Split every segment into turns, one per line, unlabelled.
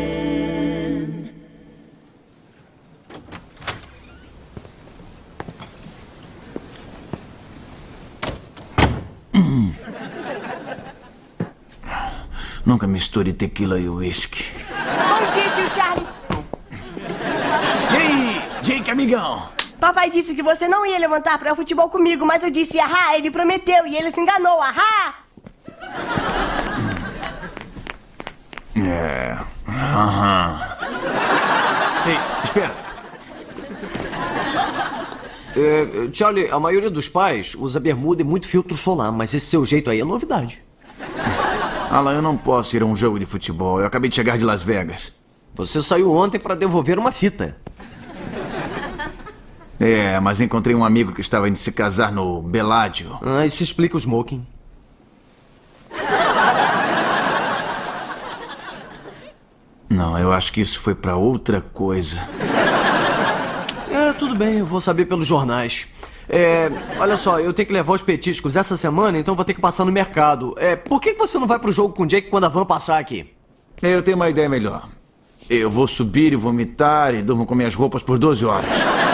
man.
Nunca misture tequila e uísque.
Bom dia, tio Charlie.
Ei, Jake, amigão!
Papai disse que você não ia levantar pra futebol comigo, mas eu disse ahá, ele prometeu e ele se enganou, ahá!
É. Aham. Ei, espera.
É, Charlie, a maioria dos pais usa bermuda e muito filtro solar, mas esse seu jeito aí é novidade.
Alan, eu não posso ir a um jogo de futebol. Eu acabei de chegar de Las Vegas.
Você saiu ontem pra devolver uma fita.
É, mas encontrei um amigo que estava indo se casar no Beládio.
Ah, isso explica o smoking.
Não, eu acho que isso foi pra outra coisa.
É, tudo bem, eu vou saber pelos jornais. É, olha só, eu tenho que levar os petiscos essa semana, então vou ter que passar no mercado. É, por que que você não vai pro jogo com o Jake quando a van passar aqui?
É, Eu tenho uma ideia melhor. Eu vou subir e vomitar e durmo com minhas roupas por 12 horas.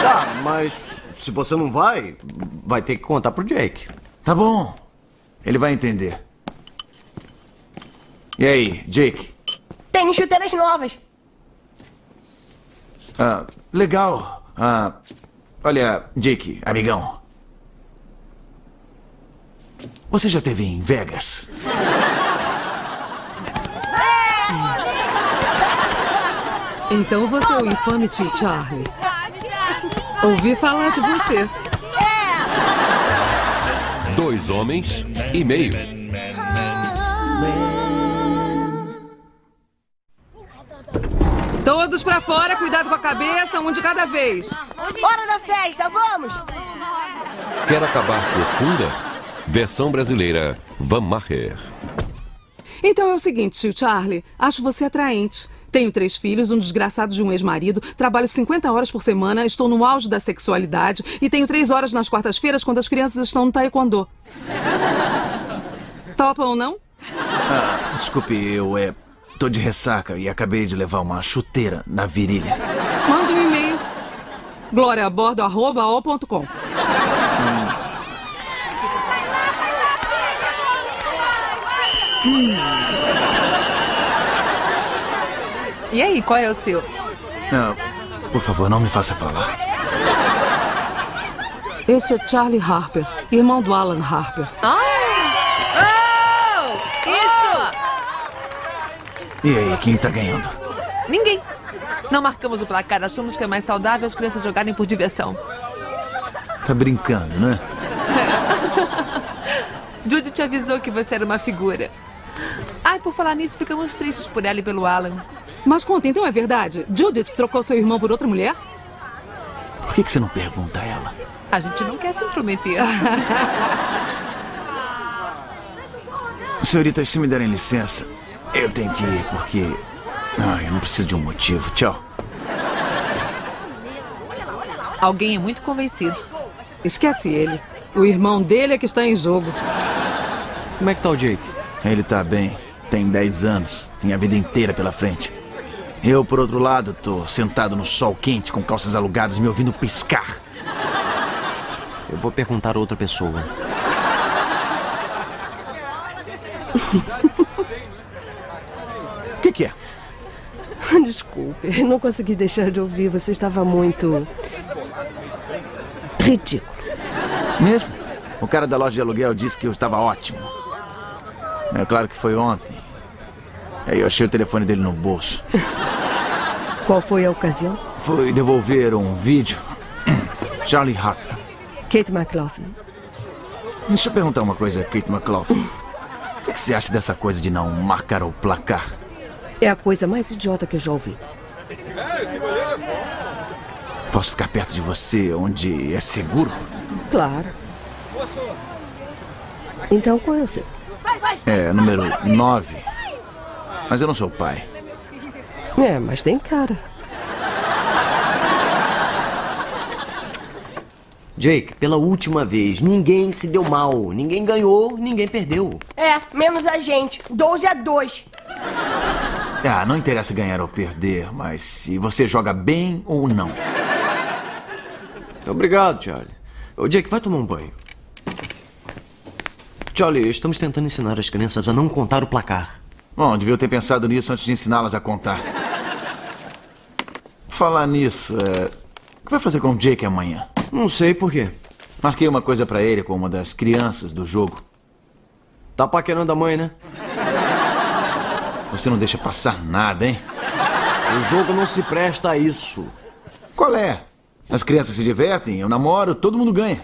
Tá, mas se você não vai, vai ter que contar pro Jake.
Tá bom. Ele vai entender. E aí, Jake?
Tenho chuteiras novas.
Ah, legal. Ah, olha, Jake, amigão. Você já teve em Vegas?
Então você é o infame tio Charlie. Ouvi falar de você.
Dois homens e meio.
Todos pra fora, cuidado com a cabeça, um de cada vez.
Hora da festa, vamos!
Quer acabar por cura? Versão brasileira Van Maher.
Então é o seguinte, tio Charlie, acho você atraente. Tenho três filhos, um desgraçado de um ex-marido, trabalho 50 horas por semana, estou no auge da sexualidade e tenho três horas nas quartas-feiras quando as crianças estão no taekwondo. Topa ou não?
Desculpe, eu é. tô de ressaca e acabei de levar uma chuteira na virilha.
Manda um e-mail. gloriabordo.com E aí, qual é o seu?
Não, por favor, não me faça falar.
Este é Charlie Harper, irmão do Alan Harper.
Oh! Isso!
E aí, quem tá ganhando?
Ninguém. Não marcamos o placar, achamos que é mais saudável as crianças jogarem por diversão.
Tá brincando, né?
Judy te avisou que você era uma figura. Ai, por falar nisso, ficamos tristes por ela e pelo Alan.
Mas conta, então é verdade? Judith trocou seu irmão por outra mulher?
Por que, que você não pergunta a ela?
A gente não quer se intrometer.
Senhoritas, se me derem licença, eu tenho que ir porque. Ah, eu não preciso de um motivo. Tchau.
Alguém é muito convencido.
Esquece ele. O irmão dele é que está em jogo.
Como é que tá o Jake?
Ele tá bem, tem 10 anos, tem a vida inteira pela frente. Eu, por outro lado, tô sentado no sol quente com calças alugadas me ouvindo piscar.
Eu vou perguntar a outra pessoa.
O que, que é?
Desculpe, não consegui deixar de ouvir. Você estava muito. ridículo.
Mesmo? O cara da loja de aluguel disse que eu estava ótimo. É claro que foi ontem. Aí eu achei o telefone dele no bolso.
Qual foi a ocasião?
Foi devolver um vídeo. Charlie Harper.
Kate McLaughlin.
Deixa eu perguntar uma coisa, Kate McLaughlin. O que, que você acha dessa coisa de não marcar o placar?
É a coisa mais idiota que eu já ouvi.
Posso ficar perto de você onde é seguro?
Claro. Então qual é o seu?
É, número 9. Mas eu não sou pai.
É, mas tem cara.
Jake, pela última vez, ninguém se deu mal. Ninguém ganhou, ninguém perdeu.
É, menos a gente. 12 a 2.
Ah, não interessa ganhar ou perder, mas se você joga bem ou não.
Obrigado, Charlie. Ô, Jake, vai tomar um banho. Charlie, estamos tentando ensinar as crianças a não contar o placar.
Bom, devia ter pensado nisso antes de ensiná-las a contar. Falar nisso, é... o que vai fazer com o Jake amanhã?
Não sei por quê.
Marquei uma coisa pra ele com uma das crianças do jogo.
Tá paquerando a mãe, né?
Você não deixa passar nada, hein?
O jogo não se presta a isso.
Qual é? As crianças se divertem, eu namoro, todo mundo ganha.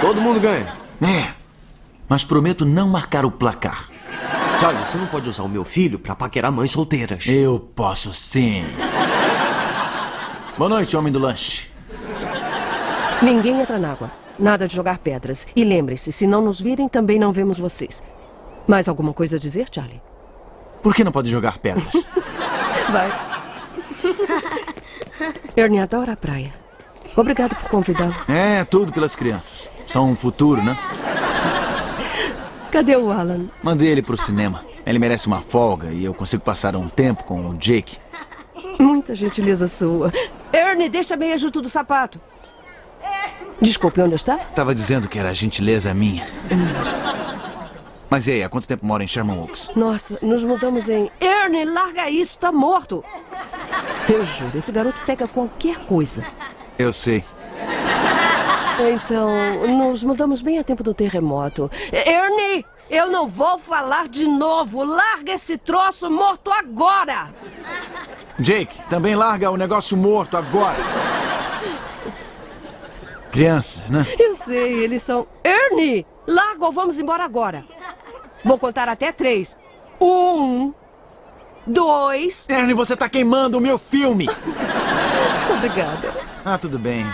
Todo mundo ganha.
É, mas prometo não marcar o placar.
Charlie, você não pode usar o meu filho pra paquerar mães solteiras.
Eu posso sim. Boa noite, homem do lanche.
Ninguém entra na água. Nada de jogar pedras. E lembre-se, se não nos virem, também não vemos vocês. Mais alguma coisa a dizer, Charlie?
Por que não pode jogar pedras?
Vai. Ernie adora a praia. Obrigado por convidá-lo.
É, tudo pelas crianças. São um futuro, né?
Cadê o Alan?
Mandei ele pro cinema. Ele merece uma folga e eu consigo passar um tempo com o Jake.
Muita gentileza sua. Ernie, deixa bem junto do sapato. Desculpe, onde eu estava?
Tava dizendo que era gentileza minha. Mas e aí, há quanto tempo mora em Sherman Oaks?
Nossa, nos mudamos em. Ernie, larga isso, tá morto! Eu juro, esse garoto pega qualquer coisa.
Eu sei.
Então, nos mudamos bem a tempo do terremoto. Ernie, eu não vou falar de novo. Larga esse troço morto agora!
Jake, também larga o negócio morto agora. Crianças, né?
Eu sei, eles são. Ernie, larga ou vamos embora agora. Vou contar até três. Um, dois.
Ernie, você tá queimando o meu filme!
Obrigada.
Ah, tudo bem.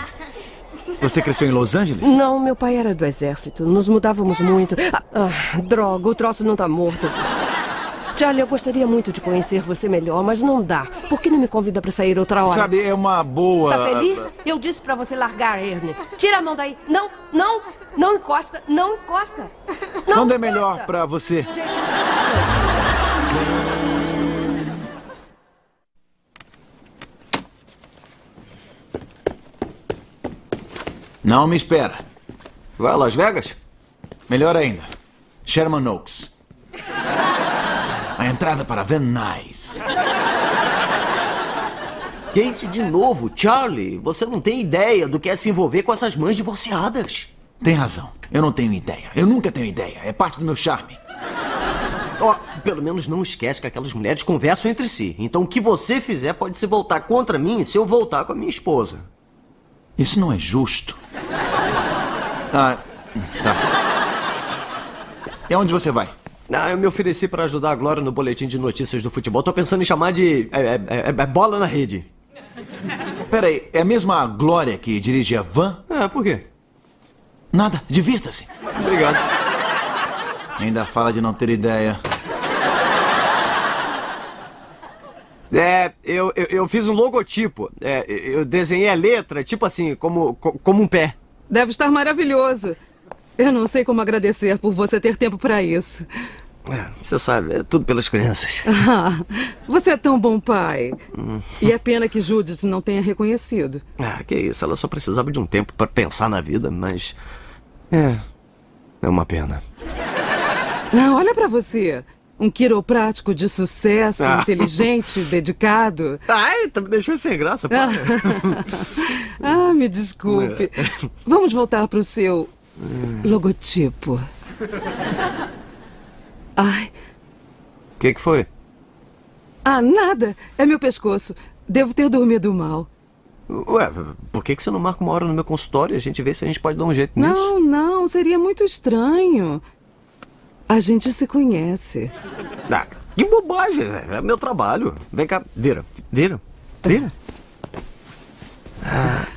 Você cresceu em Los Angeles?
Não, meu pai era do exército. Nos mudávamos muito. Ah, ah, droga, o troço não tá morto. Charlie, eu gostaria muito de conhecer você melhor, mas não dá. Por que não me convida pra sair outra hora?
Sabe, é uma boa.
Tá feliz? Eu disse pra você largar, Ernie. Tira a mão daí. Não, não, não encosta, não encosta. Não
Quando é
encosta.
melhor pra você? Não me espera.
Vai a Las Vegas?
Melhor ainda. Sherman Oaks. A entrada para Van Nuys.
Kate, de novo, Charlie, você não tem ideia do que é se envolver com essas mães divorciadas.
Tem razão. Eu não tenho ideia. Eu nunca tenho ideia. É parte do meu charme.
Ó, pelo menos não esquece que aquelas mulheres conversam entre si. Então o que você fizer pode se voltar contra mim se eu voltar com a minha esposa.
Isso não é justo. Ah, tá. É onde você vai?
Ah, eu me ofereci pra ajudar a Glória no boletim de notícias do futebol. Tô pensando em chamar de. É, é, é, é bola na rede.
Peraí, é mesmo a Glória que dirige a van?
Ah, por quê?
Nada, divirta-se.
Obrigado.
Ainda fala de não ter ideia.
É, eu, eu, eu fiz um logotipo. É, eu desenhei a letra, tipo assim, como, co- como um pé.
Deve estar maravilhoso. Eu não sei como agradecer por você ter tempo pra isso.
É, você sabe, é tudo pelas crianças.
Ah, você é tão bom pai. E é pena que Judith não tenha reconhecido.
Ah, que isso, ela só precisava de um tempo pra pensar na vida, mas. É. É uma pena.
Ah, olha pra você. Um quiroprático de sucesso,
Ah.
inteligente, dedicado.
Ai, tá me deixando sem graça, pô.
Ah, me desculpe. Vamos voltar pro seu logotipo. Ai,
O que, que foi?
ah, nada. É meu pescoço. Devo ter dormido mal.
Ué, por que, que você não marca uma hora no meu consultório e a gente vê se a gente pode dar um jeito nisso?
Não, não, seria muito estranho. A gente se conhece.
Ah, que bobagem, velho. É meu trabalho. Vem cá, vira. Vira. Vira. Ah.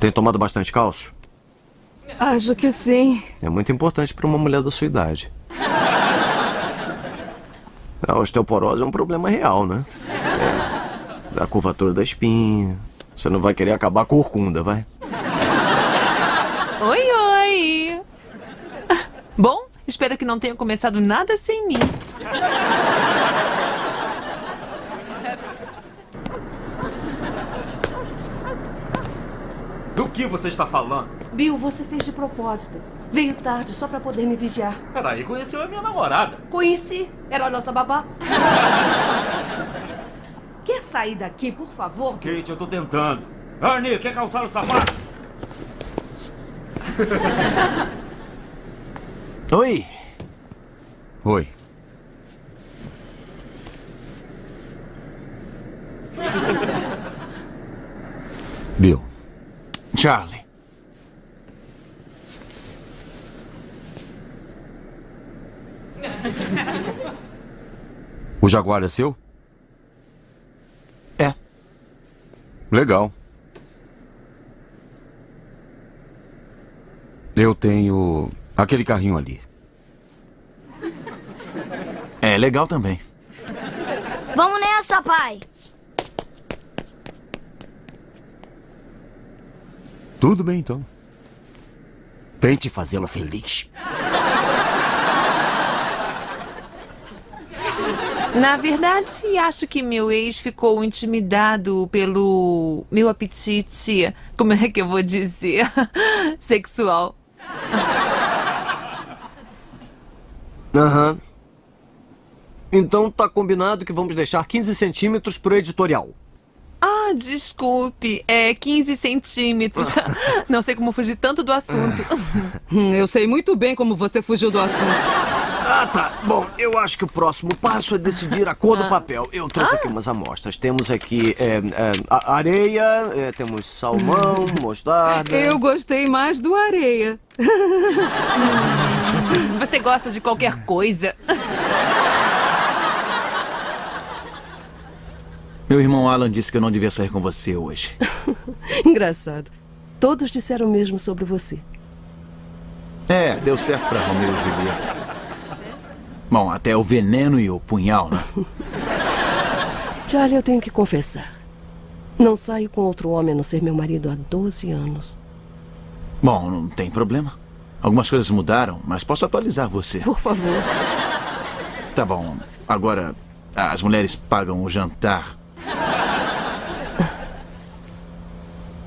Tem tomado bastante cálcio?
Acho que sim.
É muito importante para uma mulher da sua idade. A osteoporose é um problema real, né? É, Da curvatura da espinha. Você não vai querer acabar com a corcunda, vai?
Oi, oi! Bom, espero que não tenha começado nada sem mim.
você está falando?
Bill, você fez de propósito. Veio tarde só pra poder me vigiar.
Peraí, conheceu a minha namorada.
Conheci, era a nossa babá. Quer sair daqui, por favor?
Kate, eu tô tentando. Arnie, quer calçar o sapato?
Oi!
Oi. Bill,
Charlie.
o Jaguar é seu?
É.
Legal. Eu tenho aquele carrinho ali.
É legal também.
Vamos nessa, pai.
Tudo bem então.
Tente fazê-lo feliz.
Na verdade, acho que meu ex ficou intimidado pelo meu apetite. Como é que eu vou dizer? Sexual.
Aham. Então tá combinado que vamos deixar 15 centímetros pro editorial.
Ah, desculpe, é 15 centímetros. Não sei como fugir tanto do assunto.
Hum, eu sei muito bem como você fugiu do assunto.
Ah, tá. Bom, eu acho que o próximo passo é decidir a cor do papel. Eu trouxe aqui umas amostras. Temos aqui é, é, a- areia, é, temos salmão, mostarda.
Eu gostei mais do areia.
Você gosta de qualquer coisa.
Meu irmão Alan disse que eu não devia sair com você hoje.
Engraçado. Todos disseram o mesmo sobre você.
É, deu certo pra Romeu e Julieta. Bom, até o veneno e o punhal, né?
Charlie, eu tenho que confessar. Não saio com outro homem a não ser meu marido há 12 anos.
Bom, não tem problema. Algumas coisas mudaram, mas posso atualizar você.
Por favor.
Tá bom. Agora, as mulheres pagam o jantar.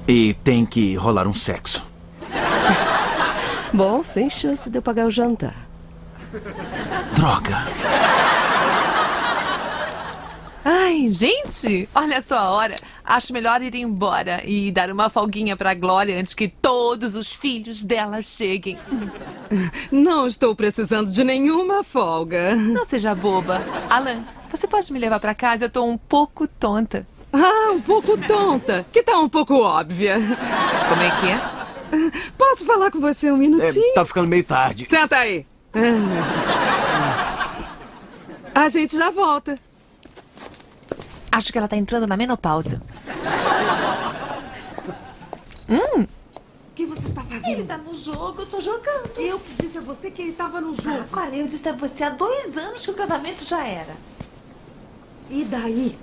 E tem que rolar um sexo.
Bom, sem chance de eu pagar o jantar.
Droga!
Ai, gente, olha só a hora. Acho melhor ir embora e dar uma folguinha pra Glória antes que todos os filhos dela cheguem.
Não estou precisando de nenhuma folga.
Não seja boba. Alan, você pode me levar pra casa? Eu tô um pouco tonta.
Ah, um pouco tonta. Que tá um pouco óbvia.
Como é que é?
Posso falar com você um
É,
minutinho?
tá ficando meio tarde.
Senta aí. A gente já volta.
Acho que ela tá entrando na menopausa. Hum.
O que você está fazendo? Ele tá no jogo, eu tô jogando. Eu que disse a você que ele estava no jogo. Olha, eu disse a você há dois anos que o casamento já era. E daí?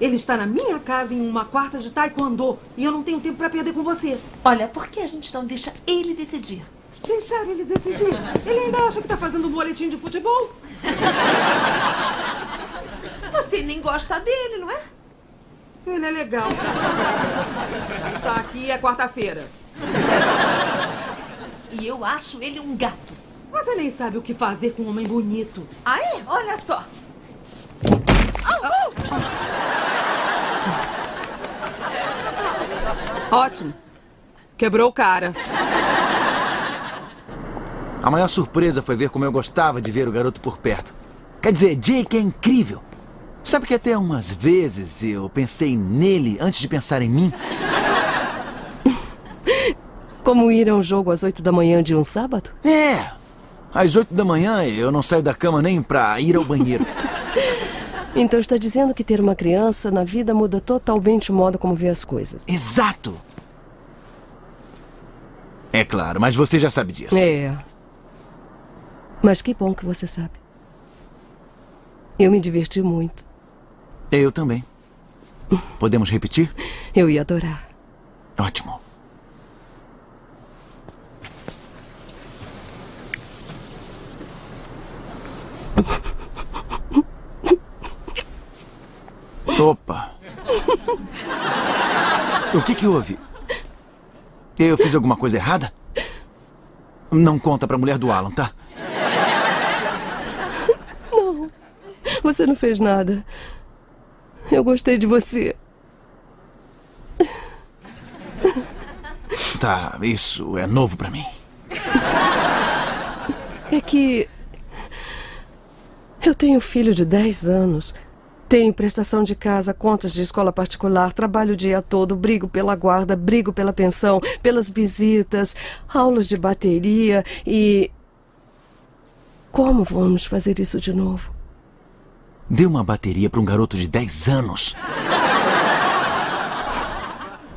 Ele está na minha casa em uma quarta de taekwondo e eu não tenho tempo para perder com você.
Olha, por que a gente não deixa ele decidir?
Deixar ele decidir. Ele ainda acha que está fazendo um boletim de futebol?
Você nem gosta dele, não é?
Ele é legal. Está aqui é quarta-feira.
E eu acho ele um gato.
Você nem sabe o que fazer com um homem bonito.
Ah, é? Olha só.
Ah,
Ótimo. Quebrou o cara.
A maior surpresa foi ver como eu gostava de ver o garoto por perto. Quer dizer, Jake é incrível. Sabe que até umas vezes eu pensei nele antes de pensar em mim?
Como ir a um jogo às 8 da manhã de um sábado?
É. Às oito da manhã eu não saio da cama nem pra ir ao banheiro.
Então está dizendo que ter uma criança na vida muda totalmente o modo como vê as coisas.
Exato! É claro, mas você já sabe disso.
É. Mas que bom que você sabe. Eu me diverti muito.
Eu também. Podemos repetir?
Eu ia adorar.
Ótimo. Opa! O que que houve? Eu fiz alguma coisa errada? Não conta pra mulher do Alan, tá?
Não. Você não fez nada. Eu gostei de você.
Tá, isso é novo pra mim.
É que. Eu tenho um filho de 10 anos. Tenho prestação de casa, contas de escola particular, trabalho o dia todo, brigo pela guarda, brigo pela pensão, pelas visitas, aulas de bateria e. Como vamos fazer isso de novo?
Dê uma bateria pra um garoto de 10 anos.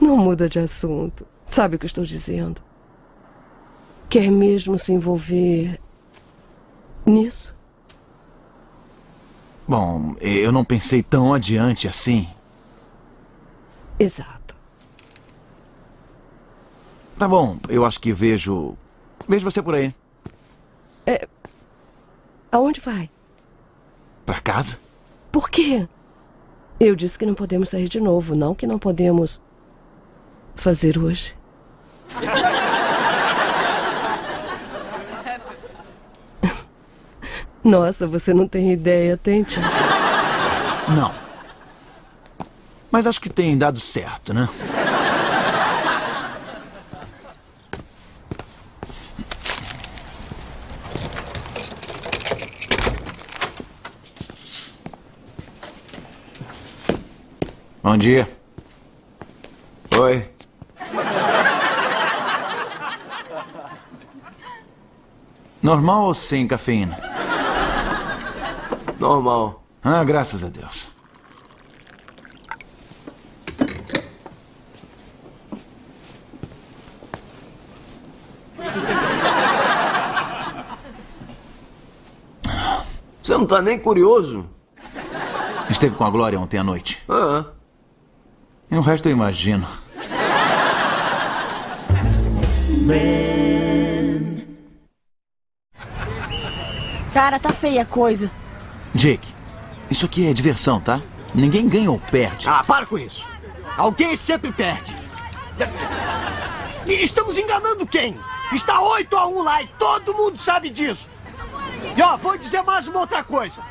Não muda de assunto. Sabe o que estou dizendo? Quer mesmo se envolver nisso?
Bom, eu não pensei tão adiante assim.
Exato.
Tá bom, eu acho que vejo. Vejo você por aí.
É... Aonde vai?
Pra casa?
Por quê? Eu disse que não podemos sair de novo, não que não podemos fazer hoje. Nossa, você não tem ideia, tente.
Não. Mas acho que tem dado certo, né? Bom dia. Oi. Normal ou sem cafeína?
Normal.
Ah, graças a Deus.
Você não tá nem curioso?
Esteve com a Glória ontem à noite.
Ah,
E o resto eu imagino.
Cara, tá feia a coisa.
Jake, isso aqui é diversão, tá? Ninguém ganha ou perde.
Ah, para com isso. Alguém sempre perde. E Estamos enganando quem? Está 8 a 1 lá e todo mundo sabe disso. E ó, vou dizer mais uma outra coisa.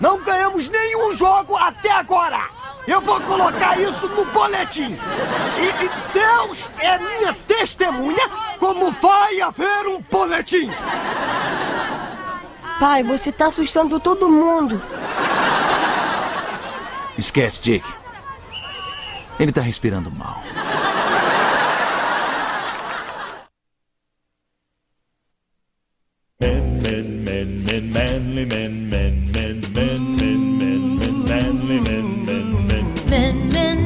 Não ganhamos nenhum jogo até agora. Eu vou colocar isso no boletim. E, e Deus é minha testemunha como vai haver um boletim.
Pai, você tá assustando todo mundo.
Esquece, Jake. Ele tá respirando mal.
Men, men, men, men, manly men, men, men, men, men, men, men, manly men, men, men.
Men, men,